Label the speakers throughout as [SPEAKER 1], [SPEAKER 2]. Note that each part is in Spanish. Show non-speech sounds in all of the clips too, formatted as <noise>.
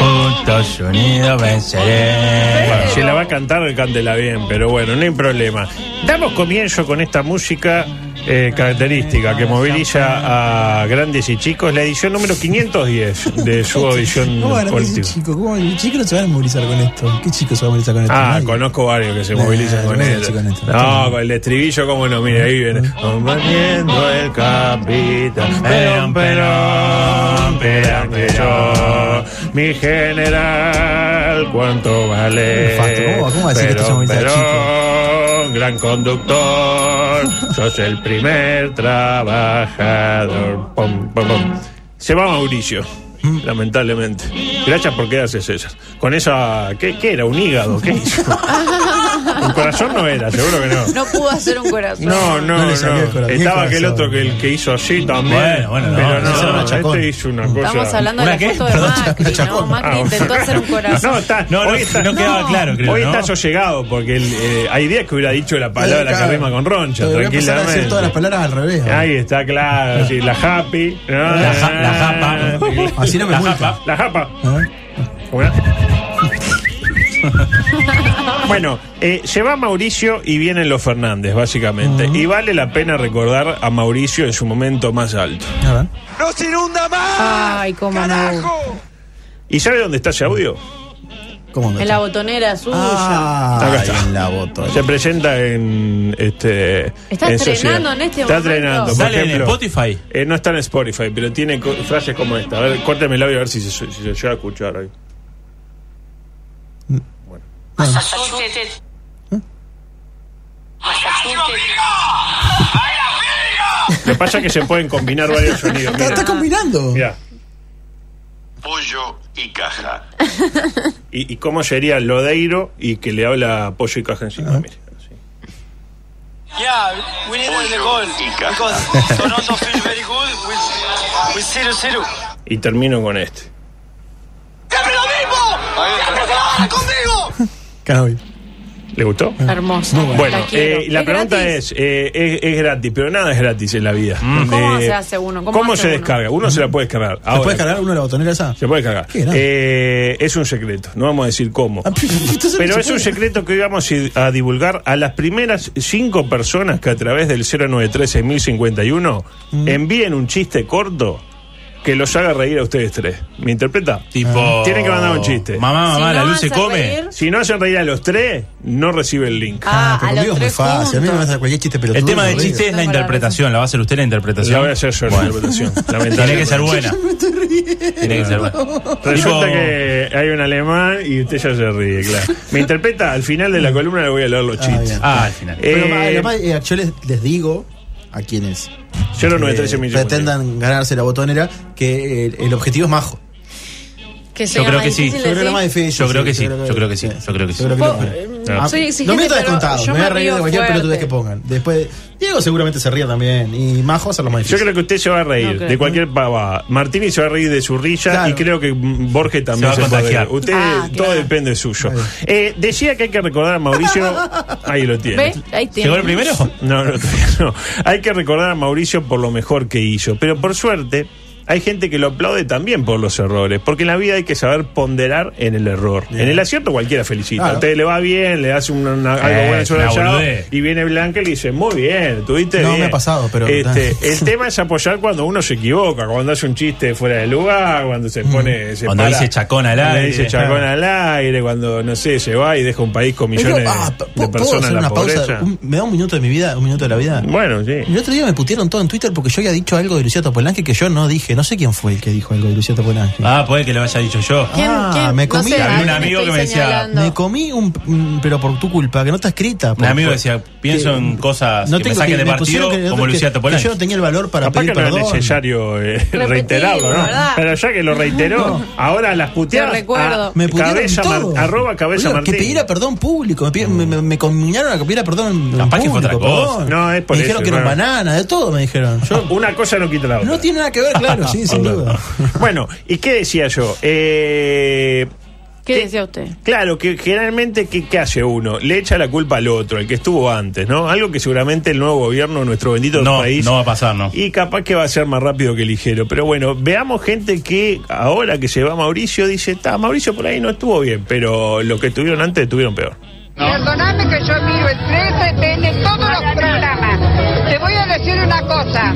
[SPEAKER 1] Juntos unidos venceré.
[SPEAKER 2] Bueno, si la va a cantar, cántela bien, pero bueno, no hay problema. Damos comienzo con esta música eh, característica que moviliza a grandes y chicos, la edición número 510
[SPEAKER 3] <laughs>
[SPEAKER 2] de su audición
[SPEAKER 3] ¿Cómo van a decir
[SPEAKER 2] colectiva.
[SPEAKER 3] chico? ¿Cómo van? Chicos no se van a movilizar con esto. ¿Qué chicos se van a movilizar con esto?
[SPEAKER 2] Ah,
[SPEAKER 3] Nadie.
[SPEAKER 2] conozco varios que se
[SPEAKER 3] Nah,
[SPEAKER 2] movilizan con
[SPEAKER 3] no
[SPEAKER 2] él.
[SPEAKER 3] sé con esto.
[SPEAKER 2] No, con el estribillo, cómo no, mira, ahí viene. Combatiendo el capitán, perón, perón, perón, perón. Mi general, ¿cuánto vale?
[SPEAKER 3] Nefasto, ¿cómo- cómo va a decir este que esto se moviliza, chico?
[SPEAKER 2] Perón, Eh, gran conductor, sos el primer trabajador. Pom, pom, pom. Se va Mauricio. Lamentablemente. Gracias por quedarse, César. Con esa. ¿Qué, qué era? ¿Un hígado? ¿Qué
[SPEAKER 4] <laughs>
[SPEAKER 2] hizo? Un corazón no era, seguro que no.
[SPEAKER 4] No pudo hacer un corazón.
[SPEAKER 2] No,
[SPEAKER 3] No
[SPEAKER 2] no, no.
[SPEAKER 3] le salió el corazón.
[SPEAKER 2] Estaba
[SPEAKER 3] Ni el
[SPEAKER 2] aquel
[SPEAKER 3] corazón.
[SPEAKER 2] otro que, el que hizo así también.
[SPEAKER 1] Bueno, bueno, no,
[SPEAKER 2] pero
[SPEAKER 1] ese era
[SPEAKER 2] no,
[SPEAKER 1] un achacón.
[SPEAKER 2] este hizo una cosa.
[SPEAKER 4] Estamos hablando de
[SPEAKER 1] ¿Una
[SPEAKER 4] la
[SPEAKER 1] qué?
[SPEAKER 4] foto de
[SPEAKER 1] Perdón, Ah,
[SPEAKER 4] Macri, ¿no? Macri
[SPEAKER 2] bueno.
[SPEAKER 4] intentó
[SPEAKER 1] <laughs>
[SPEAKER 4] hacer un corazón.
[SPEAKER 2] No, está,
[SPEAKER 1] No, no,
[SPEAKER 2] hoy está,
[SPEAKER 1] no quedaba claro, creo,
[SPEAKER 2] Hoy
[SPEAKER 1] ¿no?
[SPEAKER 2] está sosegado, porque el, eh, hay días que hubiera dicho la palabra
[SPEAKER 3] Eh, Claro.
[SPEAKER 2] que rima con roncha,
[SPEAKER 3] Debería empezar a
[SPEAKER 2] tranquilamente.
[SPEAKER 3] decir todas las palabras al revés. ¿no?
[SPEAKER 2] Ahí está, claro. sí, la happy. ¿no?
[SPEAKER 1] La, ja- la
[SPEAKER 2] <laughs>
[SPEAKER 1] japa.
[SPEAKER 3] Así no me
[SPEAKER 1] La
[SPEAKER 3] multa.
[SPEAKER 1] japa.
[SPEAKER 2] La japa.
[SPEAKER 3] ¿Eh?
[SPEAKER 2] Una- <laughs> Bueno, eh, se va Mauricio y vienen los Fernández, básicamente. Y vale la pena recordar a Mauricio en su momento más alto.
[SPEAKER 3] A ver.
[SPEAKER 5] ¡No se inunda más!
[SPEAKER 4] Ay, cómo no.
[SPEAKER 2] ¿Y sabe dónde está ese audio?
[SPEAKER 3] ¿Cómo me
[SPEAKER 4] En la botonera suya.
[SPEAKER 3] Ah,
[SPEAKER 2] Acá está.
[SPEAKER 3] en la botón.
[SPEAKER 2] Se presenta en. Este,
[SPEAKER 4] Está
[SPEAKER 2] en
[SPEAKER 4] estrenando
[SPEAKER 2] Sociedad.
[SPEAKER 4] en este
[SPEAKER 2] Está
[SPEAKER 4] momento.
[SPEAKER 2] estrenando. por
[SPEAKER 1] Sale en
[SPEAKER 2] ejemplo,
[SPEAKER 1] Spotify.
[SPEAKER 2] eh, no está en Spotify, pero tiene co- frases como esta. A ver, córteme el audio a ver si se, si se llega a escuchar hoy.
[SPEAKER 6] Massachusetts. Massachusetts.
[SPEAKER 2] Lo que pasa es que se pueden combinar varios sonidos.
[SPEAKER 3] Está, está
[SPEAKER 2] Mira.
[SPEAKER 3] combinando.
[SPEAKER 7] pollo y caja.
[SPEAKER 2] <laughs> ¿Y, y cómo sería Lodeiro y que le habla pollo y caja
[SPEAKER 4] Ah.
[SPEAKER 2] encima? Mire, así.
[SPEAKER 5] Yeah, we need the goal because Toronto feel very good with with 0 0.
[SPEAKER 2] Y termino con este.
[SPEAKER 5] ¡Siempre lo mismo! ¡Siempre se la van conmigo!
[SPEAKER 3] Canoy.
[SPEAKER 2] ¿Le gustó?
[SPEAKER 4] Hermosa.
[SPEAKER 2] Bueno,
[SPEAKER 4] la, quiero.
[SPEAKER 2] eh, la
[SPEAKER 4] ¿Es
[SPEAKER 2] pregunta
[SPEAKER 4] gratis? Mm.
[SPEAKER 2] es, eh, es, es gratis, pero nada es gratis en la vida.
[SPEAKER 4] ¿Cómo
[SPEAKER 2] Eh,
[SPEAKER 4] se hace uno?
[SPEAKER 2] ¿Cómo,
[SPEAKER 4] ¿Cómo hace
[SPEAKER 2] se
[SPEAKER 4] uno?
[SPEAKER 2] descarga? Uno se la puede descargar.
[SPEAKER 3] ¿Se
[SPEAKER 2] Ahora.
[SPEAKER 3] puede cargar uno de la botonera esa?
[SPEAKER 2] Se puede cargar.
[SPEAKER 3] Qué grande.
[SPEAKER 2] Eh, es un secreto, no vamos a decir cómo.
[SPEAKER 3] Ah, pero entonces no
[SPEAKER 2] Pero
[SPEAKER 3] se
[SPEAKER 2] es un
[SPEAKER 3] puede.
[SPEAKER 2] secreto que hoy vamos i- a divulgar a las primeras cinco personas que a través del 093-6051 envíen un chiste corto que los haga reír a ustedes tres. ¿Me interpreta?
[SPEAKER 1] Tipo.
[SPEAKER 2] Tienen que mandar un chiste.
[SPEAKER 1] Mamá,
[SPEAKER 4] Si
[SPEAKER 1] mamá,
[SPEAKER 4] no
[SPEAKER 1] la luz
[SPEAKER 4] vas
[SPEAKER 1] se
[SPEAKER 4] a
[SPEAKER 1] Ah, come.
[SPEAKER 4] reír-
[SPEAKER 2] Si no hacen reír a los tres, no recibe el link.
[SPEAKER 4] Ah,
[SPEAKER 3] pero
[SPEAKER 4] a
[SPEAKER 3] conmigo
[SPEAKER 4] los
[SPEAKER 3] es muy
[SPEAKER 4] tres
[SPEAKER 3] fácil. A mí me
[SPEAKER 4] juntos.
[SPEAKER 3] vas a hacer cualquier chiste, pero
[SPEAKER 1] El tema del
[SPEAKER 3] de
[SPEAKER 1] chiste es la
[SPEAKER 4] Tengo la
[SPEAKER 1] interpretación. La va a hacer usted la interpretación.
[SPEAKER 2] La voy a hacer <laughs> yo la interpretación.
[SPEAKER 1] Tiene que ser
[SPEAKER 2] Lamentablemente.
[SPEAKER 1] buena. Tiene que ser buena.
[SPEAKER 2] Resulta
[SPEAKER 1] Tipo-
[SPEAKER 2] que hay un alemán y usted ya se ríe, claro. Me interpreta, al final de la columna le voy a leer los
[SPEAKER 3] Ah,
[SPEAKER 2] chistes.
[SPEAKER 3] bien.
[SPEAKER 1] Ah, al final.
[SPEAKER 3] Pero
[SPEAKER 2] Eh,
[SPEAKER 3] ma- además, eh, yo les, les digo a quienes
[SPEAKER 2] yo no
[SPEAKER 3] eh,
[SPEAKER 2] 93 millones.
[SPEAKER 3] pretendan ganarse la botonera que eh, el, el objetivo es majo.
[SPEAKER 4] Que
[SPEAKER 1] Yo creo que sí.
[SPEAKER 3] Yo creo que la más difícil,
[SPEAKER 1] Yo creo que sí, yo creo que sí, yo creo que sí. Ah.
[SPEAKER 3] lo- Ah,
[SPEAKER 2] No.
[SPEAKER 4] eh, Soy
[SPEAKER 3] Lo
[SPEAKER 4] exigente,
[SPEAKER 3] meto
[SPEAKER 4] pero
[SPEAKER 3] descontado, me
[SPEAKER 4] yo
[SPEAKER 3] voy a
[SPEAKER 4] me
[SPEAKER 3] reír
[SPEAKER 4] río
[SPEAKER 3] de cualquier
[SPEAKER 4] fuerte.
[SPEAKER 3] pelotudez que pongan. Después, Diego seguramente se ría también. Y Majo hacer lo más
[SPEAKER 2] Yo
[SPEAKER 3] difícil.
[SPEAKER 2] creo que usted se va a reír
[SPEAKER 4] No creo.
[SPEAKER 2] de cualquier pavada. Martini se va a reír de su rilla
[SPEAKER 3] Claro.
[SPEAKER 2] y creo que mm, Borges también
[SPEAKER 1] Se
[SPEAKER 2] se,
[SPEAKER 1] va a
[SPEAKER 2] puede
[SPEAKER 1] contagiar.
[SPEAKER 2] reír. Usted,
[SPEAKER 4] Ah,
[SPEAKER 2] todo
[SPEAKER 4] claro.
[SPEAKER 2] depende suyo.
[SPEAKER 3] Ahí.
[SPEAKER 2] Eh, decía que hay que recordar a
[SPEAKER 4] <laughs>
[SPEAKER 2] Mauricio. Ahí lo tiene.
[SPEAKER 4] ¿Ve? Ahí tiene.
[SPEAKER 1] ¿Llegó el primero?
[SPEAKER 2] No, <laughs> no, todavía no. Hay que recordar a Mauricio por lo mejor que hizo. Pero por suerte, hay gente que lo aplaude también por los errores. Porque en la vida hay que saber ponderar en el error. En el acierto cualquiera felicita.
[SPEAKER 3] Claro.
[SPEAKER 2] A usted le va bien, le hace una- una-
[SPEAKER 1] Eh,
[SPEAKER 2] algo bueno en su
[SPEAKER 1] una
[SPEAKER 2] rayado,
[SPEAKER 1] boludez.
[SPEAKER 2] Y viene Blanca y le dice, muy bien, tuviste
[SPEAKER 3] No,
[SPEAKER 2] bien".
[SPEAKER 3] me ha pasado, pero-
[SPEAKER 2] Este,
[SPEAKER 3] <laughs>
[SPEAKER 2] el tema es apoyar cuando uno se equivoca. Cuando hace un chiste fuera de lugar, cuando se
[SPEAKER 3] Mm.
[SPEAKER 2] pone... se
[SPEAKER 1] Cuando
[SPEAKER 2] para-
[SPEAKER 1] dice chacón al
[SPEAKER 2] cuando
[SPEAKER 1] aire.
[SPEAKER 2] dice chacón al aire. Cuando, no sé, se va y deja un país con
[SPEAKER 3] Pero
[SPEAKER 2] millones
[SPEAKER 3] ah,
[SPEAKER 2] de
[SPEAKER 3] ¿puedo- ¿Puedo
[SPEAKER 2] personas
[SPEAKER 3] hacer
[SPEAKER 2] en la
[SPEAKER 3] una pausa?
[SPEAKER 2] pobreza.
[SPEAKER 3] Un- ¿Me da un minuto de mi vida? ¿Un minuto de la vida?
[SPEAKER 2] Bueno, sí.
[SPEAKER 3] El otro día me putearon todo en Twitter porque yo había dicho algo de Luciato Polanqui que yo no dije, no no sé quién fue el que dijo algo de Luciano Polanski.
[SPEAKER 1] Ah, puede que lo haya dicho yo.
[SPEAKER 4] ¿Quién,
[SPEAKER 3] Ah,
[SPEAKER 4] quién?
[SPEAKER 3] me
[SPEAKER 4] No
[SPEAKER 3] comí.
[SPEAKER 4] sé,
[SPEAKER 3] Había
[SPEAKER 4] ¿a
[SPEAKER 3] un
[SPEAKER 4] quién
[SPEAKER 1] amigo
[SPEAKER 4] estoy
[SPEAKER 1] que me decía,
[SPEAKER 4] señalando?
[SPEAKER 3] Me comí un, un- pero por tu culpa, que no está escrita.
[SPEAKER 1] Un
[SPEAKER 3] por-
[SPEAKER 1] amigo
[SPEAKER 3] por-
[SPEAKER 1] decía, pienso
[SPEAKER 3] que-
[SPEAKER 1] en cosas
[SPEAKER 3] Pues
[SPEAKER 1] que
[SPEAKER 3] no
[SPEAKER 1] me
[SPEAKER 3] tengo
[SPEAKER 1] saquen de
[SPEAKER 3] pusieron
[SPEAKER 1] partido
[SPEAKER 3] que-
[SPEAKER 1] como
[SPEAKER 3] que-
[SPEAKER 1] Luciano
[SPEAKER 3] que
[SPEAKER 1] Polanski.
[SPEAKER 3] Yo no tenía el valor para
[SPEAKER 2] Capaz
[SPEAKER 3] pedir
[SPEAKER 2] que no era
[SPEAKER 3] perdón.
[SPEAKER 2] necesario eh, reiterarlo, ¿no?
[SPEAKER 4] ¿verdad?
[SPEAKER 2] Pero ya que lo reiteró, ahora las puteadas.
[SPEAKER 4] Te recuerdo.
[SPEAKER 2] a
[SPEAKER 3] Me pudieron
[SPEAKER 2] cabeza Mar-
[SPEAKER 3] todo.
[SPEAKER 2] arroba cabeza
[SPEAKER 3] Boludo,
[SPEAKER 2] Martín.
[SPEAKER 3] Que pidiera perdón público. Me, pi- me- me- me conminaron a que pidiera perdón. en
[SPEAKER 1] Capaz que fue
[SPEAKER 3] público,
[SPEAKER 1] otra cosa.
[SPEAKER 3] perdón.
[SPEAKER 2] No, es por
[SPEAKER 3] Me dijeron
[SPEAKER 2] eso,
[SPEAKER 3] que eran
[SPEAKER 2] no.
[SPEAKER 3] bananas, de todo me dijeron.
[SPEAKER 1] <laughs>
[SPEAKER 3] Yo-
[SPEAKER 2] Una cosa no quita la otra.
[SPEAKER 3] no tiene nada que ver, claro, sí, sin duda.
[SPEAKER 2] <laughs> Bueno, ¿y qué decía yo? Eh,
[SPEAKER 4] ¿Qué
[SPEAKER 2] ¿Qué?
[SPEAKER 4] decía usted?
[SPEAKER 2] Claro, que generalmente, ¿qué, qué hace uno? Le echa la culpa al otro, al que estuvo antes, ¿no? Algo que seguramente el nuevo gobierno, nuestro bendito
[SPEAKER 1] No,
[SPEAKER 2] país.
[SPEAKER 1] no va a pasar, no.
[SPEAKER 2] Y capaz que va a ser más rápido que ligero. Pero bueno, veamos gente que ahora que se va Mauricio dice: Está, Mauricio por ahí no estuvo bien, pero los que estuvieron antes estuvieron peor.
[SPEAKER 8] Perdóname que yo miro el 13, TN, todos los programas. Te voy a decir una cosa.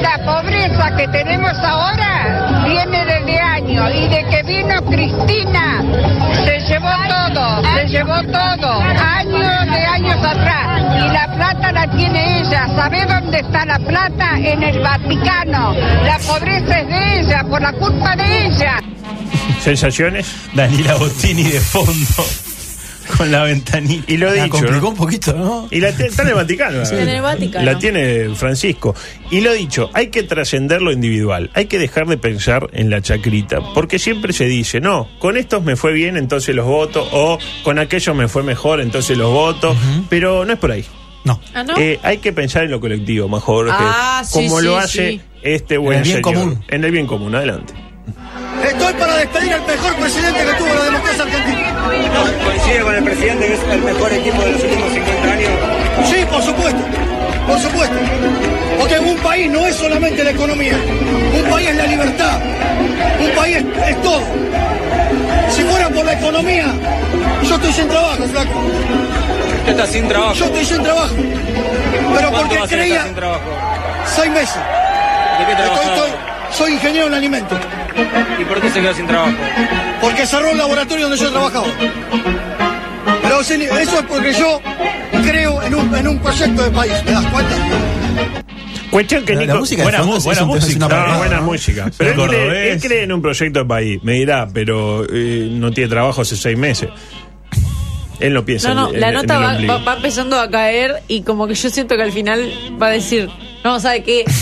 [SPEAKER 8] La pobreza que tenemos ahora viene desde años y de que vino Cristina se llevó todo, se llevó todo, años de años atrás. Y la plata la tiene ella. ¿Sabe dónde está la plata? En el Vaticano. La pobreza es de ella, por la culpa de ella.
[SPEAKER 2] ¿Sensaciones?
[SPEAKER 1] Daniela Bottini de fondo con la ventanita.
[SPEAKER 2] Y lo he
[SPEAKER 3] La
[SPEAKER 2] dicho.
[SPEAKER 3] complicó
[SPEAKER 2] ¿no?
[SPEAKER 3] un poquito, ¿no?
[SPEAKER 2] Y la te- está en el Vaticano.
[SPEAKER 4] Sí. En el Vaticano.
[SPEAKER 2] La tiene Francisco. Y lo dicho, hay que trascender lo individual. Hay que dejar de pensar en la chacrita. Porque siempre se dice, no, con estos me fue bien, entonces los voto. O con aquellos me fue mejor, entonces los voto. Pero no es por ahí.
[SPEAKER 3] No.
[SPEAKER 4] ¿Ah, no?
[SPEAKER 2] Eh, hay que pensar en lo colectivo, más Jorge.
[SPEAKER 4] Ah, sí,
[SPEAKER 2] como
[SPEAKER 4] sí,
[SPEAKER 2] lo
[SPEAKER 4] sí.
[SPEAKER 2] hace este buen
[SPEAKER 3] el bien
[SPEAKER 2] señor.
[SPEAKER 3] común.
[SPEAKER 2] En el bien común. Adelante.
[SPEAKER 7] Estoy para despedir al mejor presidente que tuvo la democracia argentina.
[SPEAKER 9] Coincido con el presidente que es el mejor equipo de los últimos 50 años.
[SPEAKER 7] Sí, por supuesto, por supuesto. Porque un país no es solamente la economía, un país es la libertad, un país es, es todo. Si fuera por la economía, yo estoy sin trabajo, flaco.
[SPEAKER 9] Usted está sin trabajo.
[SPEAKER 7] Yo estoy sin trabajo. Pero
[SPEAKER 9] ¿Cuánto
[SPEAKER 7] porque
[SPEAKER 9] va a ser estar
[SPEAKER 7] creía
[SPEAKER 9] sin trabajo?
[SPEAKER 7] seis meses.
[SPEAKER 9] ¿De qué
[SPEAKER 7] Estoy-
[SPEAKER 9] trabajaba?
[SPEAKER 7] estoy- soy ingeniero en alimentos,
[SPEAKER 9] ¿Y por qué se quedó sin trabajo?
[SPEAKER 7] porque cerró el laboratorio donde yo trabajaba. Pero sin- eso es porque yo creo en un, en un proyecto de país, ¿me das cuenta?
[SPEAKER 2] Cuestión que
[SPEAKER 3] La- la
[SPEAKER 2] Nico,
[SPEAKER 3] música de
[SPEAKER 2] buena,
[SPEAKER 3] fondo
[SPEAKER 2] mu-
[SPEAKER 3] se
[SPEAKER 2] buena
[SPEAKER 3] hizo un-
[SPEAKER 2] música,
[SPEAKER 3] es una parada,
[SPEAKER 2] No, buena
[SPEAKER 3] <laughs> ¿no?
[SPEAKER 2] música. Pero él cree,
[SPEAKER 1] Cordobés.
[SPEAKER 2] él cree en un proyecto de país. Me dirá, pero eh, no tiene trabajo hace seis meses. Él no piensa.
[SPEAKER 4] No, no,
[SPEAKER 2] en- en-
[SPEAKER 4] la
[SPEAKER 2] en
[SPEAKER 4] nota
[SPEAKER 2] el
[SPEAKER 4] va,
[SPEAKER 2] ombligo.
[SPEAKER 4] va- va empezando a caer y como que yo siento que al final va a decir, no, ¿sabe qué? <laughs>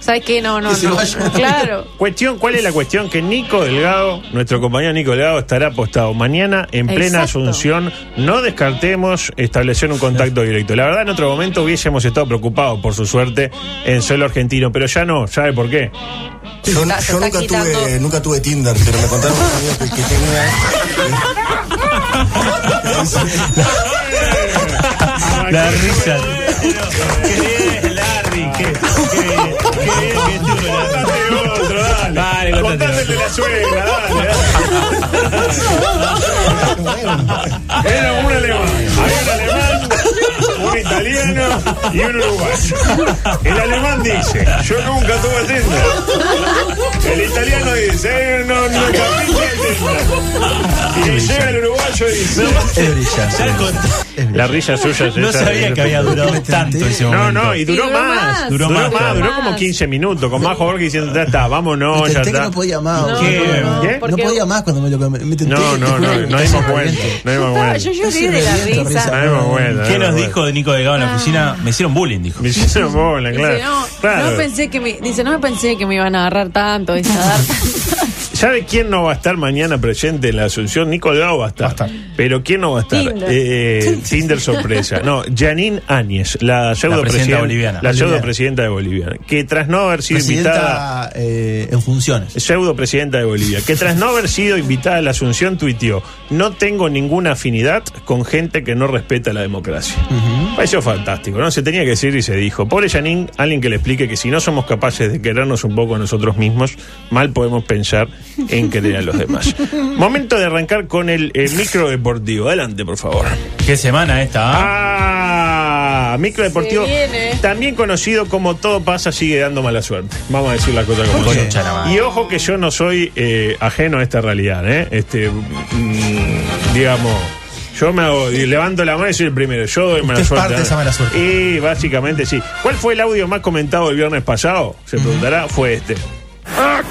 [SPEAKER 4] ¿Sabe qué? No, no,
[SPEAKER 3] Que se
[SPEAKER 4] no.
[SPEAKER 3] vaya. <laughs>
[SPEAKER 4] Claro.
[SPEAKER 2] Cuestión, ¿cuál es la cuestión? Que Nico Delgado, nuestro compañero Nico Delgado, estará apostado mañana en plena
[SPEAKER 4] Exacto.
[SPEAKER 2] Asunción. No descartemos establecer un contacto directo. La verdad, en otro momento hubiésemos estado preocupados por su suerte en suelo argentino, pero ya no, ¿sabe por qué?
[SPEAKER 7] Yo,
[SPEAKER 10] está- se está
[SPEAKER 7] yo nunca, tuve,
[SPEAKER 10] quitando.
[SPEAKER 7] nunca tuve Tinder, pero me contaron unos amigos que, que
[SPEAKER 1] <laughs> La risa. Vale, contate
[SPEAKER 2] Contame el de la suegra, dale. dale. Era un alemán, había un alemán, un italiano y un uruguayo. El alemán dice, yo nunca tuve Tinder. El italiano dice, eh, no, no capiste el Tinder. Y llega el uruguayo y dice...
[SPEAKER 1] <laughs>
[SPEAKER 3] Es brillante.
[SPEAKER 1] Ya conté.
[SPEAKER 2] La risa suya es
[SPEAKER 1] No
[SPEAKER 2] esa-
[SPEAKER 1] sabía que había durado
[SPEAKER 3] este
[SPEAKER 1] tanto ese
[SPEAKER 2] No,
[SPEAKER 1] momento.
[SPEAKER 2] no, y duró,
[SPEAKER 4] Y duró
[SPEAKER 2] más,
[SPEAKER 4] más,
[SPEAKER 2] duró,
[SPEAKER 1] duró
[SPEAKER 2] más,
[SPEAKER 1] más.
[SPEAKER 2] duró como 15 minutos con Majo Jorge diciendo, ya está, vámonos,
[SPEAKER 3] Me
[SPEAKER 2] ya
[SPEAKER 3] tenté que
[SPEAKER 2] está.
[SPEAKER 3] no podía más.
[SPEAKER 4] No,
[SPEAKER 3] boludo.
[SPEAKER 2] ¿Qué?
[SPEAKER 4] no, no,
[SPEAKER 2] ¿Qué? <laughs>
[SPEAKER 3] No
[SPEAKER 4] porque-
[SPEAKER 3] podía más cuando me lo me, me tenté,
[SPEAKER 2] No,
[SPEAKER 3] te
[SPEAKER 2] no,
[SPEAKER 3] juro
[SPEAKER 2] no,
[SPEAKER 3] que
[SPEAKER 2] no
[SPEAKER 3] me
[SPEAKER 2] dimos
[SPEAKER 3] puse
[SPEAKER 2] cuenta.
[SPEAKER 3] violento.
[SPEAKER 2] No dimos
[SPEAKER 4] Estaba- yo
[SPEAKER 2] cuenta.
[SPEAKER 4] lloré de la
[SPEAKER 3] Esa risa.
[SPEAKER 4] risa.
[SPEAKER 2] No dimos cuenta.
[SPEAKER 1] ¿Qué
[SPEAKER 2] no
[SPEAKER 1] nos
[SPEAKER 2] dimos
[SPEAKER 1] dijo de Nico Delgado en la oficina? Me hicieron bullying, dijo.
[SPEAKER 2] cuenta. Me
[SPEAKER 4] <laughs>
[SPEAKER 2] hicieron bola, claro.
[SPEAKER 4] Dice, no,
[SPEAKER 2] Claro.
[SPEAKER 4] no pensé que me, dice, no me pensé que me iban a agarrar tanto, dice, a dar tanto. <laughs>
[SPEAKER 2] ¿Sabe quién no va a estar mañana presente en la Asunción? Nico Delgado va a estar. Pero ¿quién no va a estar?
[SPEAKER 4] Tinder. <laughs>
[SPEAKER 2] Eh, Tinder sorpresa. No, Janine Áñez, la
[SPEAKER 1] presidenta
[SPEAKER 2] pseudo presidenta
[SPEAKER 1] boliviana.
[SPEAKER 2] La pseudo
[SPEAKER 3] Boliviana.
[SPEAKER 2] presidenta de Bolivia. Que tras no haber sido invitada.
[SPEAKER 3] Presidenta eh, en funciones.
[SPEAKER 2] pseudo presidenta de Bolivia, que tras no haber sido invitada a la Asunción tuiteó, no tengo ninguna afinidad con gente que no respeta la democracia. Pareció fantástico, ¿no? Se tenía que decir y se dijo. Pobre Janine, alguien que le explique que si no somos capaces de querernos un poco a nosotros mismos, mal podemos pensar en querer a los demás. Momento de arrancar con el, eh, micro deportivo. Adelante, por favor.
[SPEAKER 1] Qué semana esta, ¿ah?
[SPEAKER 2] Ah, micro deportivo,
[SPEAKER 4] Se viene.
[SPEAKER 2] también conocido como Todo pasa, sigue dando mala suerte. Vamos a decir la cosa como
[SPEAKER 1] Con
[SPEAKER 2] son.
[SPEAKER 1] un charamán.
[SPEAKER 2] Y ojo que yo no soy eh, ajeno a esta realidad, ¿eh? Este, mm, digamos, Yo me hago, y levanto la mano y soy el primero. Yo doy mala
[SPEAKER 3] Usted es
[SPEAKER 2] suerte. ¿eh?
[SPEAKER 3] parte de esa mala suerte.
[SPEAKER 2] Y básicamente sí. ¿Cuál fue el audio más comentado el viernes pasado? Se preguntará, fue este.
[SPEAKER 8] Aconteceu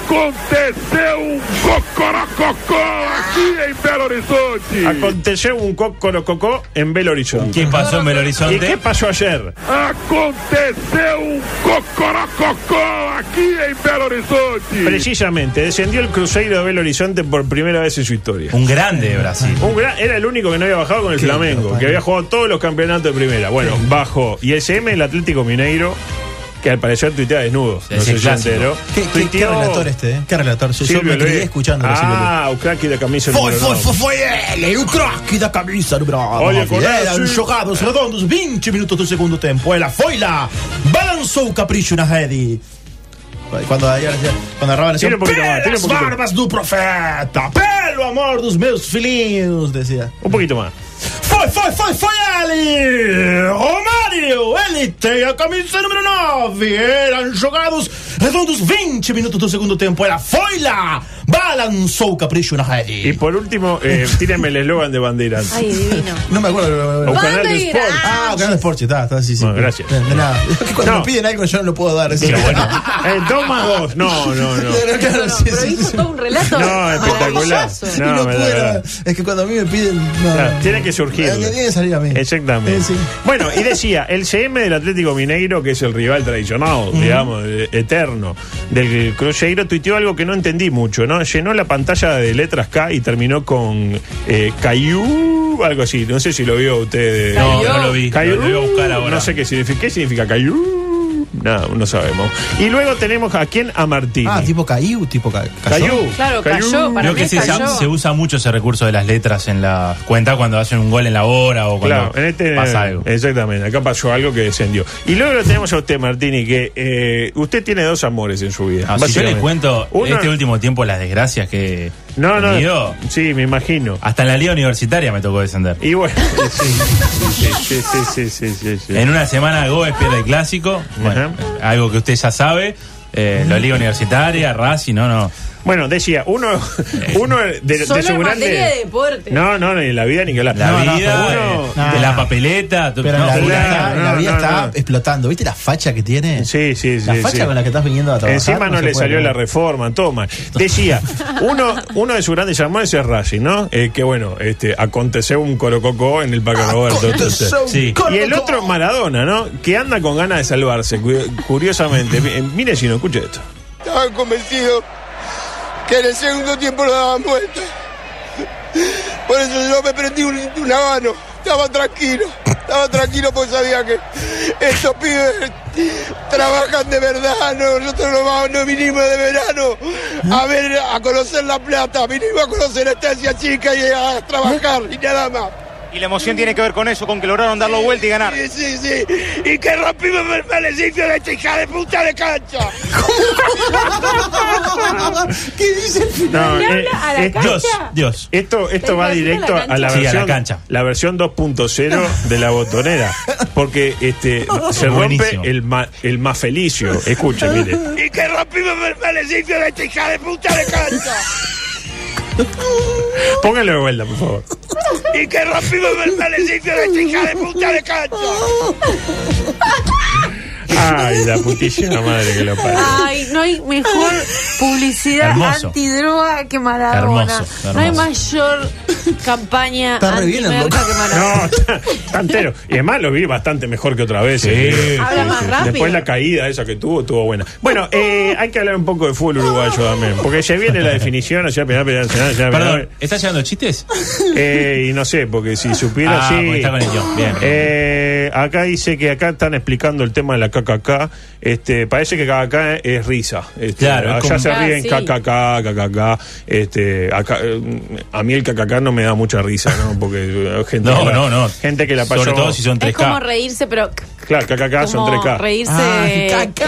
[SPEAKER 8] um cocorococó aqui em Belo Horizonte.
[SPEAKER 2] Aconteció un cocorococó en Belo Horizonte.
[SPEAKER 1] ¿Qué pasó en Belo Horizonte?
[SPEAKER 2] Ah. ¿Y qué pasó ayer?
[SPEAKER 8] Aconteceu um cocorococó aqui em Belo Horizonte.
[SPEAKER 2] Precisamente, descendió el Cruzeiro de Belo Horizonte por primera vez en su historia.
[SPEAKER 1] Un grande de Brasil.
[SPEAKER 2] Un gran- era el único que no había bajado con el Flamengo,
[SPEAKER 3] ¿eh?
[SPEAKER 2] que había jugado todos los campeonatos de primera. Bueno, bajó. Y el CM, el Atlético Mineiro, que al parecer tuitea desnudos. No
[SPEAKER 1] Ese
[SPEAKER 2] sé si se
[SPEAKER 1] clásico.
[SPEAKER 2] enteró.
[SPEAKER 3] ¿Qué, qué- qué
[SPEAKER 2] Tuiteó-
[SPEAKER 3] relator este, eh? ¿Qué relator? Yo, yo
[SPEAKER 2] Silvio
[SPEAKER 3] me crié
[SPEAKER 2] Luis.
[SPEAKER 3] escuchándolo. Silvio Luis.
[SPEAKER 2] Ah, o craque da camisa
[SPEAKER 3] Foi,
[SPEAKER 2] número
[SPEAKER 3] foi,
[SPEAKER 2] nove.
[SPEAKER 3] foi, foi ele! Era o craque da camisa do Bravo!
[SPEAKER 2] Olha, Corazzi.
[SPEAKER 3] Eram jogados redondos, 20 minutos do segundo tempo. Ela foi lá, balançou o capricho na rede. Quando, aí, quando errava, ela dizia:
[SPEAKER 2] Tira um pouquinho mais, tira
[SPEAKER 3] Pelas
[SPEAKER 2] um pouquinho mais."
[SPEAKER 3] barbas do profeta, pelo amor dos meus filhinhos, dizia.
[SPEAKER 2] Un poquito más.
[SPEAKER 3] Foi, foi, foi, foi ele! Romário! Ele tem a camisa número 9! Eram jogados redondos 20 minutos do segundo tempo. Ela foi lá! Balançou o capricho na
[SPEAKER 2] Y
[SPEAKER 3] rede.
[SPEAKER 2] por último,
[SPEAKER 3] <laughs>
[SPEAKER 2] eh, tírenme el eslogan de Bandeirantes.
[SPEAKER 4] Ay, divino.
[SPEAKER 3] No me acuerdo.
[SPEAKER 2] O canal de
[SPEAKER 4] Bandeira.
[SPEAKER 2] Sport.
[SPEAKER 3] Ah, Canal Sports, está, está, sí, sí.
[SPEAKER 2] Bueno, gracias.
[SPEAKER 3] De, de nada. Cuando
[SPEAKER 2] No.
[SPEAKER 3] me piden algo yo no lo puedo dar. eso.
[SPEAKER 2] Sí, <laughs> bueno.
[SPEAKER 3] <laughs>
[SPEAKER 2] Eh, dos más dos. No, no, no.
[SPEAKER 3] Claro,
[SPEAKER 4] No,
[SPEAKER 3] claro,
[SPEAKER 4] no,
[SPEAKER 3] sí,
[SPEAKER 4] pero
[SPEAKER 3] sí,
[SPEAKER 4] hizo
[SPEAKER 3] sí.
[SPEAKER 4] todo un relato.
[SPEAKER 2] No, espectacular.
[SPEAKER 4] maravilloso.
[SPEAKER 3] Y
[SPEAKER 2] No,
[SPEAKER 3] no
[SPEAKER 2] me da
[SPEAKER 3] puedo,
[SPEAKER 2] verdad.
[SPEAKER 3] es que cuando a mí me piden. no,
[SPEAKER 2] Claro,
[SPEAKER 3] no.
[SPEAKER 2] tiene que surgir.
[SPEAKER 3] Eh, Tiene que salir a mí.
[SPEAKER 2] Exactamente.
[SPEAKER 3] Eh, sí.
[SPEAKER 2] Bueno, y decía, el CM del Atlético Mineiro, que es el rival tradicional, digamos, eh, eterno, del Cruzeiro, tuiteó algo que no entendí mucho, ¿no? Llenó la pantalla de letras K y terminó con eh, Cayú, algo así. No sé si lo vio usted.
[SPEAKER 1] No, no lo vi.
[SPEAKER 2] Cayú,
[SPEAKER 1] Lo, voy a buscar ahora.
[SPEAKER 2] No sé qué significa. ¿Qué significa Cayú? No, no sabemos. Y luego tenemos a quién? A Martín.
[SPEAKER 3] Ah, tipo Cayu, tipo Cayu.
[SPEAKER 2] Cayú.
[SPEAKER 4] Claro, cayó para
[SPEAKER 1] Creo
[SPEAKER 4] mí
[SPEAKER 1] que se,
[SPEAKER 4] cayó.
[SPEAKER 1] se usa mucho ese recurso de las letras en la cuenta cuando hacen un gol en la hora o cuando
[SPEAKER 2] Claro, en este.
[SPEAKER 1] pasa algo.
[SPEAKER 2] Exactamente, acá pasó algo que descendió. Y luego lo tenemos a usted, Martini, que eh, usted tiene dos amores en su vida.
[SPEAKER 1] Ah, si yo le
[SPEAKER 2] básicamente.
[SPEAKER 1] cuento
[SPEAKER 2] Uno-
[SPEAKER 1] este último tiempo las desgracias que
[SPEAKER 2] No, no.
[SPEAKER 1] he tenido,
[SPEAKER 2] Sí, me imagino.
[SPEAKER 1] hasta en la liga universitaria me tocó descender. <laughs>
[SPEAKER 2] Y bueno. Sí, sí, sí, sí, sí, sí, sí.
[SPEAKER 1] En una semana Gómez pierde el clásico, bueno, algo que usted ya sabe, eh, la liga universitaria, Racing, no, no.
[SPEAKER 2] Bueno, decía, uno,
[SPEAKER 1] <laughs>
[SPEAKER 2] uno de, de
[SPEAKER 4] Solo
[SPEAKER 2] su
[SPEAKER 4] en materia de
[SPEAKER 2] grande.
[SPEAKER 4] deporte.
[SPEAKER 2] No, no, ni en la vida ni que hablar.
[SPEAKER 1] La
[SPEAKER 2] No, no,
[SPEAKER 1] vida,
[SPEAKER 2] pero
[SPEAKER 1] eh,
[SPEAKER 2] uno- Ah.
[SPEAKER 3] no.
[SPEAKER 1] de la papeleta, tu-
[SPEAKER 3] Pero
[SPEAKER 1] no,
[SPEAKER 3] la,
[SPEAKER 2] claro,
[SPEAKER 3] vida,
[SPEAKER 1] fulano,
[SPEAKER 3] la
[SPEAKER 2] no,
[SPEAKER 3] vida
[SPEAKER 2] no,
[SPEAKER 3] está
[SPEAKER 2] no.
[SPEAKER 3] explotando. ¿Viste la facha que tiene?
[SPEAKER 2] Sí, sí, sí.
[SPEAKER 3] La facha
[SPEAKER 2] sí.
[SPEAKER 3] con la que estás viniendo a trabajar.
[SPEAKER 2] Encima no,
[SPEAKER 3] se
[SPEAKER 2] le
[SPEAKER 3] puede
[SPEAKER 2] salió la
[SPEAKER 3] creer.
[SPEAKER 2] reforma, toma. Decía, uno, uno de sus grandes llamados es Racing, ¿no? Eh, que bueno, este, aconteció un corococó en el Parque Roberto. entonces.
[SPEAKER 3] Aconteció un
[SPEAKER 1] Sí.
[SPEAKER 2] Y el
[SPEAKER 3] corococó.
[SPEAKER 2] otro Maradona, ¿no? Que anda con ganas de salvarse, cu- curiosamente. Mi- eh, Mire si no escucha esto.
[SPEAKER 8] Estaba convencido que en el segundo tiempo lo daban vuelta. Por eso yo me prendí un, un habano. Estaba tranquilo. Estaba tranquilo porque sabía que estos pibes trabajan de verdad. No, nosotros no, vamos- no vinimos de verano a ver, a conocer la plata. Vinimos a conocer a estancia chica y a trabajar y nada más.
[SPEAKER 5] Y la emoción tiene que ver con eso, con que lograron darlo vuelta y ganar.
[SPEAKER 8] Sí, sí, sí. Y que rompimos el maleficio de esta hija de puta de cancha.
[SPEAKER 3] <laughs> ¿Qué dice el final?
[SPEAKER 2] No,
[SPEAKER 4] Le
[SPEAKER 2] eh,
[SPEAKER 4] habla a la
[SPEAKER 2] eh,
[SPEAKER 1] Dios,
[SPEAKER 4] cancha.
[SPEAKER 1] Dios.
[SPEAKER 2] Esto, esto
[SPEAKER 4] Te
[SPEAKER 2] va
[SPEAKER 4] imagino
[SPEAKER 2] directo
[SPEAKER 4] la
[SPEAKER 2] a la
[SPEAKER 4] cancha.
[SPEAKER 1] Sí, a la
[SPEAKER 2] versión,
[SPEAKER 1] cancha.
[SPEAKER 2] la versión 2.0 de la botonera. Porque este, se rompe
[SPEAKER 1] Buenísimo.
[SPEAKER 2] el, ma- el más felicio. Escuche, mire.
[SPEAKER 8] Y que rompimos el maleficio de esta hija de puta de cancha.
[SPEAKER 2] Póngalo de vuelta, por favor.
[SPEAKER 8] Y que rompimos el maleficio de esta hija de puta de cancha.
[SPEAKER 2] Ay, la putísima madre que lo parió.
[SPEAKER 4] Ay, no hay mejor publicidad
[SPEAKER 1] Hermoso.
[SPEAKER 4] antidroga que Maradona.
[SPEAKER 1] Hermoso, hermoso.
[SPEAKER 4] No hay mayor campaña
[SPEAKER 3] Está re bien,
[SPEAKER 4] antimerca
[SPEAKER 3] loco.
[SPEAKER 4] que Maradona.
[SPEAKER 2] No, está entero. Y además lo vi bastante mejor que otra vez.
[SPEAKER 1] Sí.
[SPEAKER 2] eh.
[SPEAKER 4] Habla más rápido.
[SPEAKER 2] Después la caída esa que tuvo, estuvo buena. Bueno, eh, hay que hablar un poco de fútbol uruguayo también. Porque se viene la definición, o sea, penal, penal, penal, penal,
[SPEAKER 1] Perdón,
[SPEAKER 2] penal.
[SPEAKER 1] ¿estás llevando
[SPEAKER 4] <laughs>
[SPEAKER 1] chistes?
[SPEAKER 2] <laughs> Eh, y no sé, porque si supiera,
[SPEAKER 1] Ah,
[SPEAKER 2] sí.
[SPEAKER 1] porque está con el guión. Bien.
[SPEAKER 2] Eh, acá dice que acá están explicando el tema de la KKK. Este, parece que KKK es risa. Este,
[SPEAKER 1] Claro, es
[SPEAKER 2] allá
[SPEAKER 1] como-
[SPEAKER 2] se
[SPEAKER 4] Ah,
[SPEAKER 2] ríen
[SPEAKER 4] sí.
[SPEAKER 2] KKK, KKK. Este, acá, eh, a mí el KKK no me da mucha risa, ¿no? Porque eh, gente,
[SPEAKER 1] No,
[SPEAKER 2] que la-
[SPEAKER 1] no, no.
[SPEAKER 2] gente que la pasó.
[SPEAKER 1] Sobre todo si son
[SPEAKER 4] Es
[SPEAKER 1] 3K.
[SPEAKER 4] como reírse, pero c-
[SPEAKER 2] Claro, KKK son Ah,
[SPEAKER 4] como
[SPEAKER 2] 3K.
[SPEAKER 4] reírse
[SPEAKER 3] Ah,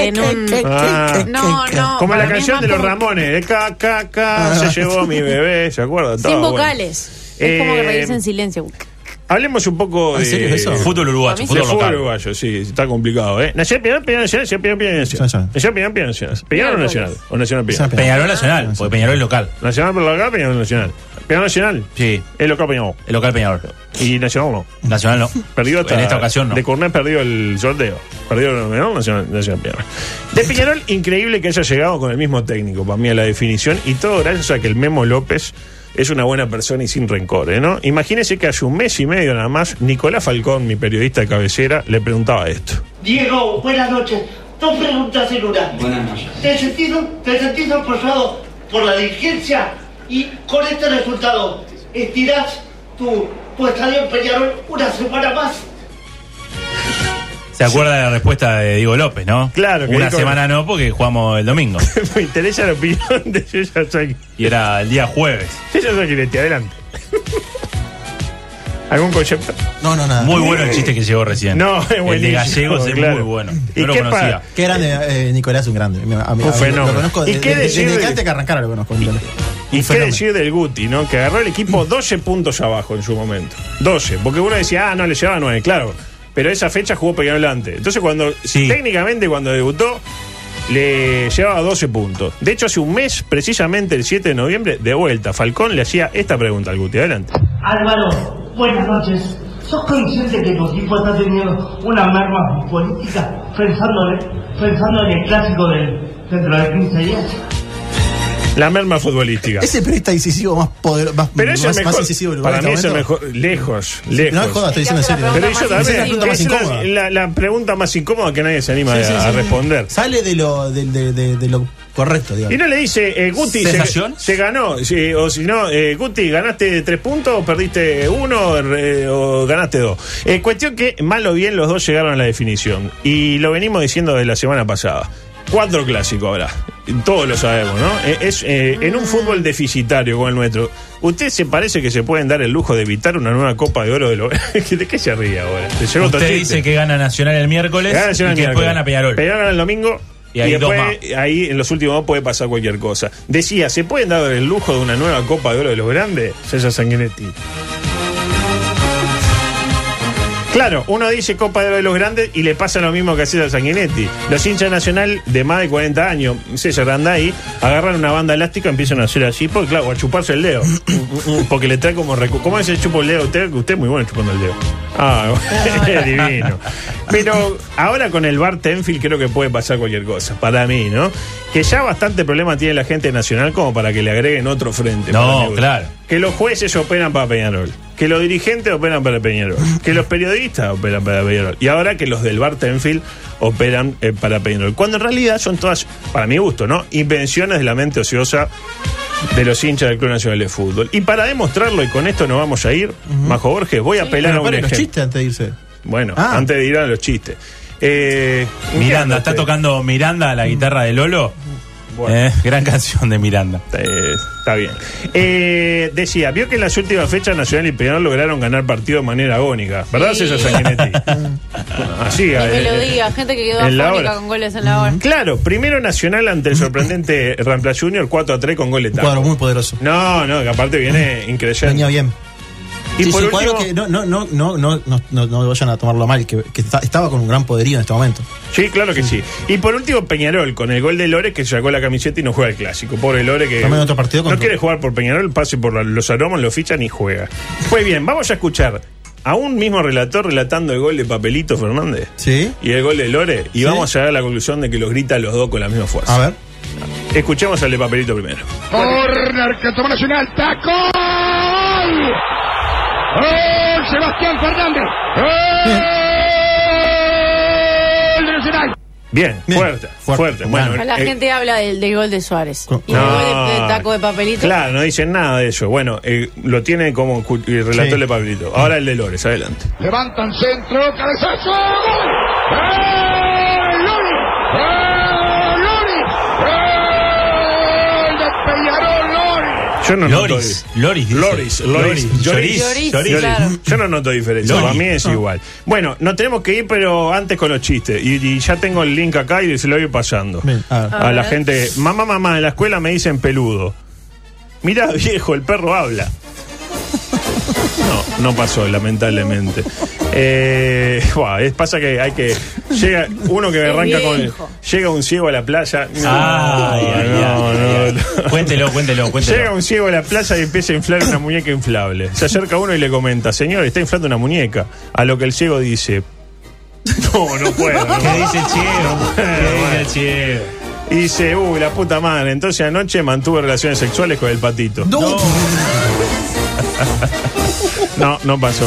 [SPEAKER 4] en un...
[SPEAKER 2] Ah.
[SPEAKER 4] No, no.
[SPEAKER 2] Como la
[SPEAKER 4] para mí es
[SPEAKER 2] canción
[SPEAKER 4] más
[SPEAKER 2] de los
[SPEAKER 4] como-
[SPEAKER 2] Ramones,
[SPEAKER 1] <laughs>
[SPEAKER 2] de KKK, se llevó mi bebé, ¿se acuerdan?
[SPEAKER 4] Sin
[SPEAKER 2] Todo, bueno.
[SPEAKER 4] vocales. Es
[SPEAKER 2] Eh,
[SPEAKER 4] como que reírse en silencio.
[SPEAKER 2] Hablemos un poco
[SPEAKER 1] Ah, ¿En
[SPEAKER 2] de
[SPEAKER 1] serio eso? Fútbol uruguayo,
[SPEAKER 2] de
[SPEAKER 1] fútbol local.
[SPEAKER 2] uruguayo, sí, está complicado, ¿eh? Nacional Peñarol, Peñarol Nacional, Nacional Peñarol, Peñarol Nacional. Nacional Peñarol, Peñarol Nacional. Peñarol o Nacional o Nacional Peñarol.
[SPEAKER 1] Peñarol
[SPEAKER 2] Ah,
[SPEAKER 1] Nacional, porque Peñarol es local.
[SPEAKER 2] Nacional por local, Peñarol Nacional. Peñarol Nacional.
[SPEAKER 1] Sí.
[SPEAKER 2] El local Peñarol.
[SPEAKER 1] El local Peñarol.
[SPEAKER 2] Y Nacional no.
[SPEAKER 1] Nacional no.
[SPEAKER 2] Perdió hasta-
[SPEAKER 1] En esta ocasión no.
[SPEAKER 2] De Cornet perdió el sorteo. Perdió Peñarol Nacional, Nacional Peñarol. De Peñarol, increíble que haya llegado con el mismo técnico, para mí, a la definición. Y todo gracias a que el Memo López es una buena persona y sin rencores, ¿no? Imagínese que hace un mes y medio nada más, Nicolás Falcón, mi periodista de cabecera, le preguntaba esto.
[SPEAKER 11] Diego, buenas noches. Dos preguntas en una.
[SPEAKER 9] Buenas noches.
[SPEAKER 11] ¿Te sentís, te sentís apoyado por la dirigencia? Y con este resultado, ¿estirás tu, tu estadio en Peñarol una semana más?
[SPEAKER 1] ¿Se acuerda de la respuesta de Diego López, no?
[SPEAKER 2] Claro que
[SPEAKER 1] Una
[SPEAKER 2] Diego-
[SPEAKER 1] semana no, porque jugamos el domingo.
[SPEAKER 2] <laughs> Me interesa la opinión de César Saki.
[SPEAKER 1] Y era el día jueves.
[SPEAKER 2] César
[SPEAKER 3] <laughs>
[SPEAKER 2] Saquiletti, adelante. ¿Algún concepto?
[SPEAKER 1] No, no, nada. Muy bueno el chiste que llegó recién.
[SPEAKER 2] No, es
[SPEAKER 1] El de
[SPEAKER 2] buenísimo,
[SPEAKER 1] gallegos es
[SPEAKER 2] claro.
[SPEAKER 1] muy bueno.
[SPEAKER 2] ¿Y
[SPEAKER 1] No lo
[SPEAKER 2] qué
[SPEAKER 1] conocía.
[SPEAKER 2] pa-
[SPEAKER 3] Qué grande, eh, Nicolás, un grande. A- a-
[SPEAKER 2] Un fenómeno.
[SPEAKER 3] Lo conozco
[SPEAKER 2] ¿Y
[SPEAKER 3] desde,
[SPEAKER 2] qué
[SPEAKER 3] desde,
[SPEAKER 2] decir
[SPEAKER 3] desde
[SPEAKER 2] de-
[SPEAKER 3] que antes que arrancara lo conozco. Nicolás.
[SPEAKER 2] ¿Y qué decir del Guti, no? Que agarró el equipo 12 puntos abajo en su momento. 12. Porque uno decía, ah, no, le llevaba 9, claro. Pero esa fecha jugó Peñarol antes. Entonces, cuando técnicamente cuando debutó, le llevaba 12 puntos. De hecho, hace un mes, precisamente el 7 de noviembre, de vuelta, Falcón le hacía esta pregunta al Guti. Adelante.
[SPEAKER 11] Álvaro, buenas noches. ¿Sos consciente que tu equipo está teniendo una merma política pensando en, pensando en el clásico del, dentro de 15 días?
[SPEAKER 2] La merma futbolística.
[SPEAKER 3] Es el periodista decisivo más poderoso, más,
[SPEAKER 2] Pero eso
[SPEAKER 3] más,
[SPEAKER 2] es mejor.
[SPEAKER 3] más incisivo del
[SPEAKER 2] para
[SPEAKER 3] lugar
[SPEAKER 2] mí
[SPEAKER 3] en
[SPEAKER 2] eso
[SPEAKER 3] este
[SPEAKER 2] es
[SPEAKER 3] momento.
[SPEAKER 2] mejor. Lejos, lejos.
[SPEAKER 3] No me jodas, estoy diciendo en serio.
[SPEAKER 2] Pero yo
[SPEAKER 3] Esa es la
[SPEAKER 2] también.
[SPEAKER 3] pregunta más
[SPEAKER 2] es la-
[SPEAKER 3] incómoda.
[SPEAKER 2] la, la pregunta más incómoda que nadie se anima
[SPEAKER 3] Sí,
[SPEAKER 2] a,
[SPEAKER 3] sí, sí,
[SPEAKER 2] a
[SPEAKER 3] sí.
[SPEAKER 2] responder.
[SPEAKER 3] Sale de lo, de, de- de- de lo correcto, digamos.
[SPEAKER 2] Y no le dice, eh, Guti, se,
[SPEAKER 3] ¿Sensación?
[SPEAKER 2] se ganó. sí, o si no, eh, Guti, ¿ganaste tres puntos o perdiste uno re- o ganaste dos? Eh, cuestión que, mal o bien, los dos llegaron a la definición. Y lo venimos diciendo desde la semana pasada. Cuatro clásicos ahora. Todos lo sabemos, ¿no? Eh, Es, eh, en un fútbol deficitario como el nuestro, ¿usted se parece que se pueden dar el lujo de evitar una nueva Copa de Oro de lo... <laughs> ¿De qué se ríe ahora? ¿Te llegó otro
[SPEAKER 1] Usted
[SPEAKER 2] chiste?
[SPEAKER 1] dice que gana Nacional el miércoles
[SPEAKER 2] Gana Nacional
[SPEAKER 1] y que después
[SPEAKER 2] miércoles.
[SPEAKER 1] gana Peñarol.
[SPEAKER 2] Peñarol gana el domingo.
[SPEAKER 1] Y ahí dos
[SPEAKER 2] después, ahí en los últimos dos puede pasar cualquier cosa. Decía, ¿se pueden dar el lujo de una nueva Copa de Oro de los Grandes? César Sanguinetti. Claro, uno dice Copa de Oro de los Grandes y le pasa lo mismo que a César Sanguinetti. Los hinchas nacional de más de 40 años, César anda ahí, agarran una banda elástica y empiezan a hacer así, porque claro, a chuparse
[SPEAKER 1] <coughs>
[SPEAKER 2] el dedo. porque le trae como recu ¿Cómo se chupa el dedo? Usted, usted es muy bueno chupando el dedo.
[SPEAKER 1] <laughs>
[SPEAKER 2] Ah, <laughs> es divino. Pero ahora con el bar Tenfield creo que puede pasar cualquier cosa, para mí, ¿no? Que ya bastante problema tiene la gente nacional como para que le agreguen otro frente.
[SPEAKER 1] No,
[SPEAKER 2] para mí.
[SPEAKER 1] claro.
[SPEAKER 2] Que los jueces operan para Peñarol. Que los dirigentes operan para
[SPEAKER 3] <laughs>
[SPEAKER 2] Peñarol. Que los periodistas operan para Peñarol. Y ahora que los del bar Tenfield operan eh, para Peñarol. Cuando en realidad son todas, para mi gusto, ¿no? Invenciones de la mente ociosa de los hinchas del Club Nacional de Fútbol. Y para demostrarlo, y con esto nos vamos a ir, Majo Borges, voy a apelar
[SPEAKER 3] Pero
[SPEAKER 2] a un
[SPEAKER 3] pare los
[SPEAKER 2] ejemplo.
[SPEAKER 3] chistes antes de irse.
[SPEAKER 2] Bueno,
[SPEAKER 3] Ah.
[SPEAKER 2] antes de ir a los chistes. Eh,
[SPEAKER 1] Miranda, está
[SPEAKER 2] usted.
[SPEAKER 1] tocando Miranda la guitarra de Lolo.
[SPEAKER 2] Bueno.
[SPEAKER 1] Eh, gran canción de Miranda.
[SPEAKER 2] Eh, está bien. Eh, decía, vio que en las últimas fechas Nacional y Peñarol lograron ganar partido de manera agónica. ¿Verdad,
[SPEAKER 4] Sí.
[SPEAKER 2] César
[SPEAKER 4] <laughs>
[SPEAKER 2] Sanguinetti? Así,
[SPEAKER 4] Ni me
[SPEAKER 2] eh,
[SPEAKER 4] lo
[SPEAKER 2] eh,
[SPEAKER 4] diga, gente que quedó
[SPEAKER 2] en la
[SPEAKER 4] afónica
[SPEAKER 2] hora.
[SPEAKER 4] con goles en la hora.
[SPEAKER 2] Claro, primero Nacional ante el
[SPEAKER 4] <laughs>
[SPEAKER 2] sorprendente Rampla Junior 4 a 3 con gol de taco.
[SPEAKER 3] Cuadro muy poderoso.
[SPEAKER 2] No, no, que aparte viene increíble.
[SPEAKER 3] Venía bien.
[SPEAKER 2] Y
[SPEAKER 3] Sí,
[SPEAKER 2] por
[SPEAKER 3] sí,
[SPEAKER 2] último,
[SPEAKER 3] cuadro que no, no, no, no, no, no, no, no vayan a tomarlo mal, que, que está- estaba con un gran poderío en este momento.
[SPEAKER 2] Sí, claro que sí. Y por último, Peñarol, con el gol de Lore que sacó la camiseta y no juega el clásico. Pobre Lore que.
[SPEAKER 3] También otro partido
[SPEAKER 2] no
[SPEAKER 3] contra-
[SPEAKER 2] quiere jugar por Peñarol, pase por la- los aromas, lo fichan y juega. Pues bien, vamos a escuchar a un mismo relator relatando el gol de Papelito Fernández
[SPEAKER 3] Sí.
[SPEAKER 2] y el gol de Lore, y vamos a llegar a la conclusión de que los grita los dos con la misma fuerza.
[SPEAKER 3] A ver.
[SPEAKER 2] Escuchemos al de Papelito primero.
[SPEAKER 12] Corner que toma Nacional. ¡Taco! ¡Gol! ¡Gol! Sebastián Fernández. ¡Gol! de Nacional.
[SPEAKER 2] Bien, fuerte, fuerte. Bueno,
[SPEAKER 4] La
[SPEAKER 2] eh,
[SPEAKER 4] gente habla del, del gol de Suárez. Y
[SPEAKER 2] No.
[SPEAKER 4] el gol de- del taco de papelito.
[SPEAKER 2] Claro, no dicen nada de eso. Bueno, eh, lo tiene como cu- el relator de Papelito. Ahora el de Lores, adelante.
[SPEAKER 12] Levantan centro, cabezazo. ¡Gol! ¡Gol! Loli! ¡Gol! Loli! ¡Gol! De Peñarol, Loli.
[SPEAKER 2] Yo no
[SPEAKER 1] Loris,
[SPEAKER 2] noto. Loris, Loris, Loris,
[SPEAKER 1] Loris,
[SPEAKER 2] Lloris,
[SPEAKER 1] Lloris,
[SPEAKER 2] Lloris.
[SPEAKER 1] claro.
[SPEAKER 2] Yo no noto diferencia.
[SPEAKER 1] Loris. Ah.
[SPEAKER 2] Para mí es
[SPEAKER 1] No.
[SPEAKER 2] igual. Bueno, nos tenemos que ir, pero antes con los chistes. Y, y ya tengo el link acá y se lo voy pasando.
[SPEAKER 3] Bien, a ver.
[SPEAKER 2] A,
[SPEAKER 3] A
[SPEAKER 2] la
[SPEAKER 3] ver.
[SPEAKER 2] gente. Mamá, <laughs> mamá, en la escuela me dicen peludo. Mirá, viejo, el perro habla. No, no pasó, lamentablemente. Eh, buah, es, pasa que hay que. Llega uno que
[SPEAKER 1] Qué
[SPEAKER 2] arranca con.
[SPEAKER 1] viejo.
[SPEAKER 2] Llega un ciego a la playa. No,
[SPEAKER 1] Ay, ay,
[SPEAKER 2] no,
[SPEAKER 1] ay,
[SPEAKER 2] no,
[SPEAKER 1] ay, ay. Cuéntelo, cuéntelo, cuéntelo.
[SPEAKER 2] Llega un ciego a la plaza y empieza a inflar una muñeca inflable. Se acerca uno y le comenta, señor, está inflando una muñeca. A lo que el ciego dice, no, no puedo. ¿no?
[SPEAKER 1] ¿Qué dice el ciego? ¿Qué dice el ciego?
[SPEAKER 2] Y dice, uy, la puta madre. Entonces anoche mantuve relaciones sexuales con el patito.
[SPEAKER 1] No.
[SPEAKER 2] <laughs> No, no pasó.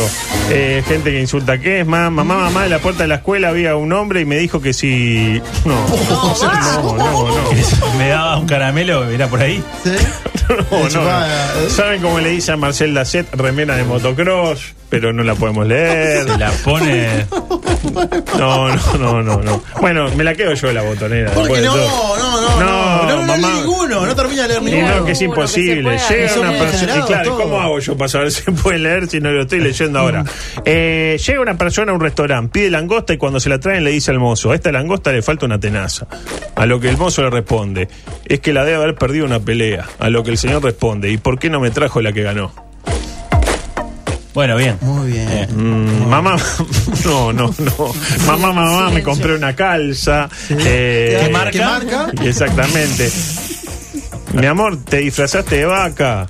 [SPEAKER 2] Eh, gente que insulta, ¿qué es? Mamá, mamá, mamá, en la puerta de la escuela había un hombre y me dijo que si... No, <laughs> no, no, no.
[SPEAKER 1] ¿Me daba un caramelo? ¿Era por ahí?
[SPEAKER 2] <laughs> No, no, no. ¿Saben cómo le dice a Marcel Lacet remera de motocross? Pero no la podemos leer.
[SPEAKER 1] La pone.
[SPEAKER 2] No, no, no, no, no. Bueno, me la quedo yo la botonera.
[SPEAKER 3] Porque
[SPEAKER 2] después de
[SPEAKER 3] no,
[SPEAKER 2] todo.
[SPEAKER 3] no, no, no, no, no, no,
[SPEAKER 2] mamá.
[SPEAKER 3] leí ninguno, no termina de leer
[SPEAKER 2] Y
[SPEAKER 3] ninguno.
[SPEAKER 2] no, que es imposible.
[SPEAKER 3] pueda.
[SPEAKER 2] Llega
[SPEAKER 3] Son
[SPEAKER 2] una
[SPEAKER 3] muy
[SPEAKER 2] persona. Y
[SPEAKER 3] exagerados
[SPEAKER 2] claro,
[SPEAKER 3] todos.
[SPEAKER 2] ¿cómo hago yo para saber si puede leer si no lo estoy leyendo ahora?
[SPEAKER 3] Mm.
[SPEAKER 2] Eh, llega una persona a un restaurante, pide langosta y cuando se la traen le dice al mozo: A esta langosta le falta una tenaza. A lo que el mozo le responde: Es que la debe haber perdido una pelea. A lo que el señor responde: ¿Y por qué no me trajo la que ganó?
[SPEAKER 1] Bueno, bien.
[SPEAKER 3] Muy bien.
[SPEAKER 2] Mm, mamá, <laughs> no, no, no. Mamá, mamá, me compré una calza. eh,
[SPEAKER 1] ¿Qué marca? ¿Qué marca?
[SPEAKER 2] Exactamente. Mi amor, ¿te disfrazaste de vaca?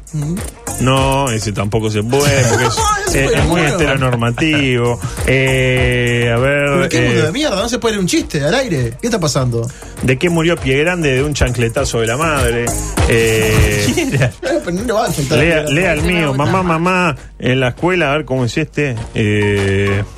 [SPEAKER 2] No, ese tampoco se puede porque es, eh, es muy heteronormativo. Eh, a ver,
[SPEAKER 3] Pero qué mundo
[SPEAKER 2] eh,
[SPEAKER 3] de mierda, no se puede leer un chiste al aire. ¿Qué está pasando?
[SPEAKER 2] ¿de qué murió Pie Grande? De un chancletazo de la madre. Eh,
[SPEAKER 3] Eh, pero no le va a faltar.
[SPEAKER 2] Lea, lea el mío, mamá, mamá, en la escuela, a ver cómo es este. Eh... <laughs>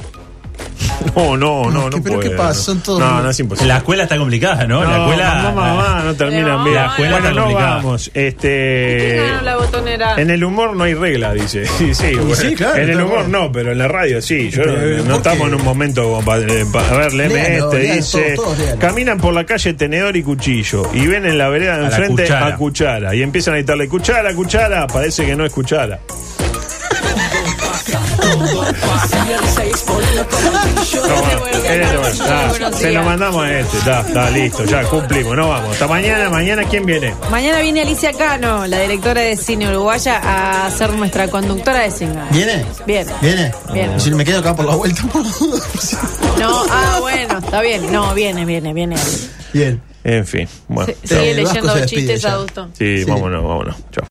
[SPEAKER 2] No, no, no, no.
[SPEAKER 3] ¿qué- pero qué
[SPEAKER 2] puedo,
[SPEAKER 3] pasa?
[SPEAKER 2] no.
[SPEAKER 3] Son todos-
[SPEAKER 2] No, no es imposible.
[SPEAKER 1] La escuela está complicada, ¿no? la escuela.
[SPEAKER 2] Mamá, mamá, no terminan
[SPEAKER 1] No,
[SPEAKER 2] bien.
[SPEAKER 1] la escuela
[SPEAKER 2] bueno,
[SPEAKER 1] está
[SPEAKER 2] no
[SPEAKER 1] complicada.
[SPEAKER 2] vamos. Este.
[SPEAKER 4] No, la botonera.
[SPEAKER 2] En el humor no hay regla, dice. <laughs> Sí, sí, bueno.
[SPEAKER 3] sí, claro,
[SPEAKER 2] En el
[SPEAKER 3] está
[SPEAKER 2] humor
[SPEAKER 3] bueno.
[SPEAKER 2] no, pero en la radio sí. Yo,
[SPEAKER 3] Pero,
[SPEAKER 2] no
[SPEAKER 3] ¿por
[SPEAKER 2] estamos en un momento como para, eh, para- a ver, léeme
[SPEAKER 3] Léalo,
[SPEAKER 2] este.
[SPEAKER 3] léalo,
[SPEAKER 2] dice:
[SPEAKER 3] todos, todos léalo.
[SPEAKER 2] Caminan por la calle tenedor y cuchillo y ven en la vereda de
[SPEAKER 1] A la
[SPEAKER 2] enfrente
[SPEAKER 1] cuchara.
[SPEAKER 2] a cuchara y empiezan a gritarle: cuchara, cuchara. Parece que no es cuchara. No, bueno, en este momento, está. se lo mandamos a este, está, está listo, ya cumplimos, no vamos. Hasta mañana, mañana, ¿quién viene?
[SPEAKER 4] Mañana viene Alicia Cano, la directora de cine uruguaya, a ser nuestra conductora de cine.
[SPEAKER 3] ¿Viene?
[SPEAKER 4] Bien.
[SPEAKER 3] ¿Viene?
[SPEAKER 4] Bien.
[SPEAKER 3] Si me quedo acá por la vuelta, por la duda.
[SPEAKER 4] No, ah, bueno, está bien. No, viene, viene, viene.
[SPEAKER 3] Bien.
[SPEAKER 2] En fin, bueno.
[SPEAKER 4] Sigue
[SPEAKER 3] El Vasco
[SPEAKER 4] leyendo
[SPEAKER 3] se despide
[SPEAKER 4] chistes,
[SPEAKER 3] ya.
[SPEAKER 4] adulto.
[SPEAKER 2] Sí, vámonos, vámonos. Chao.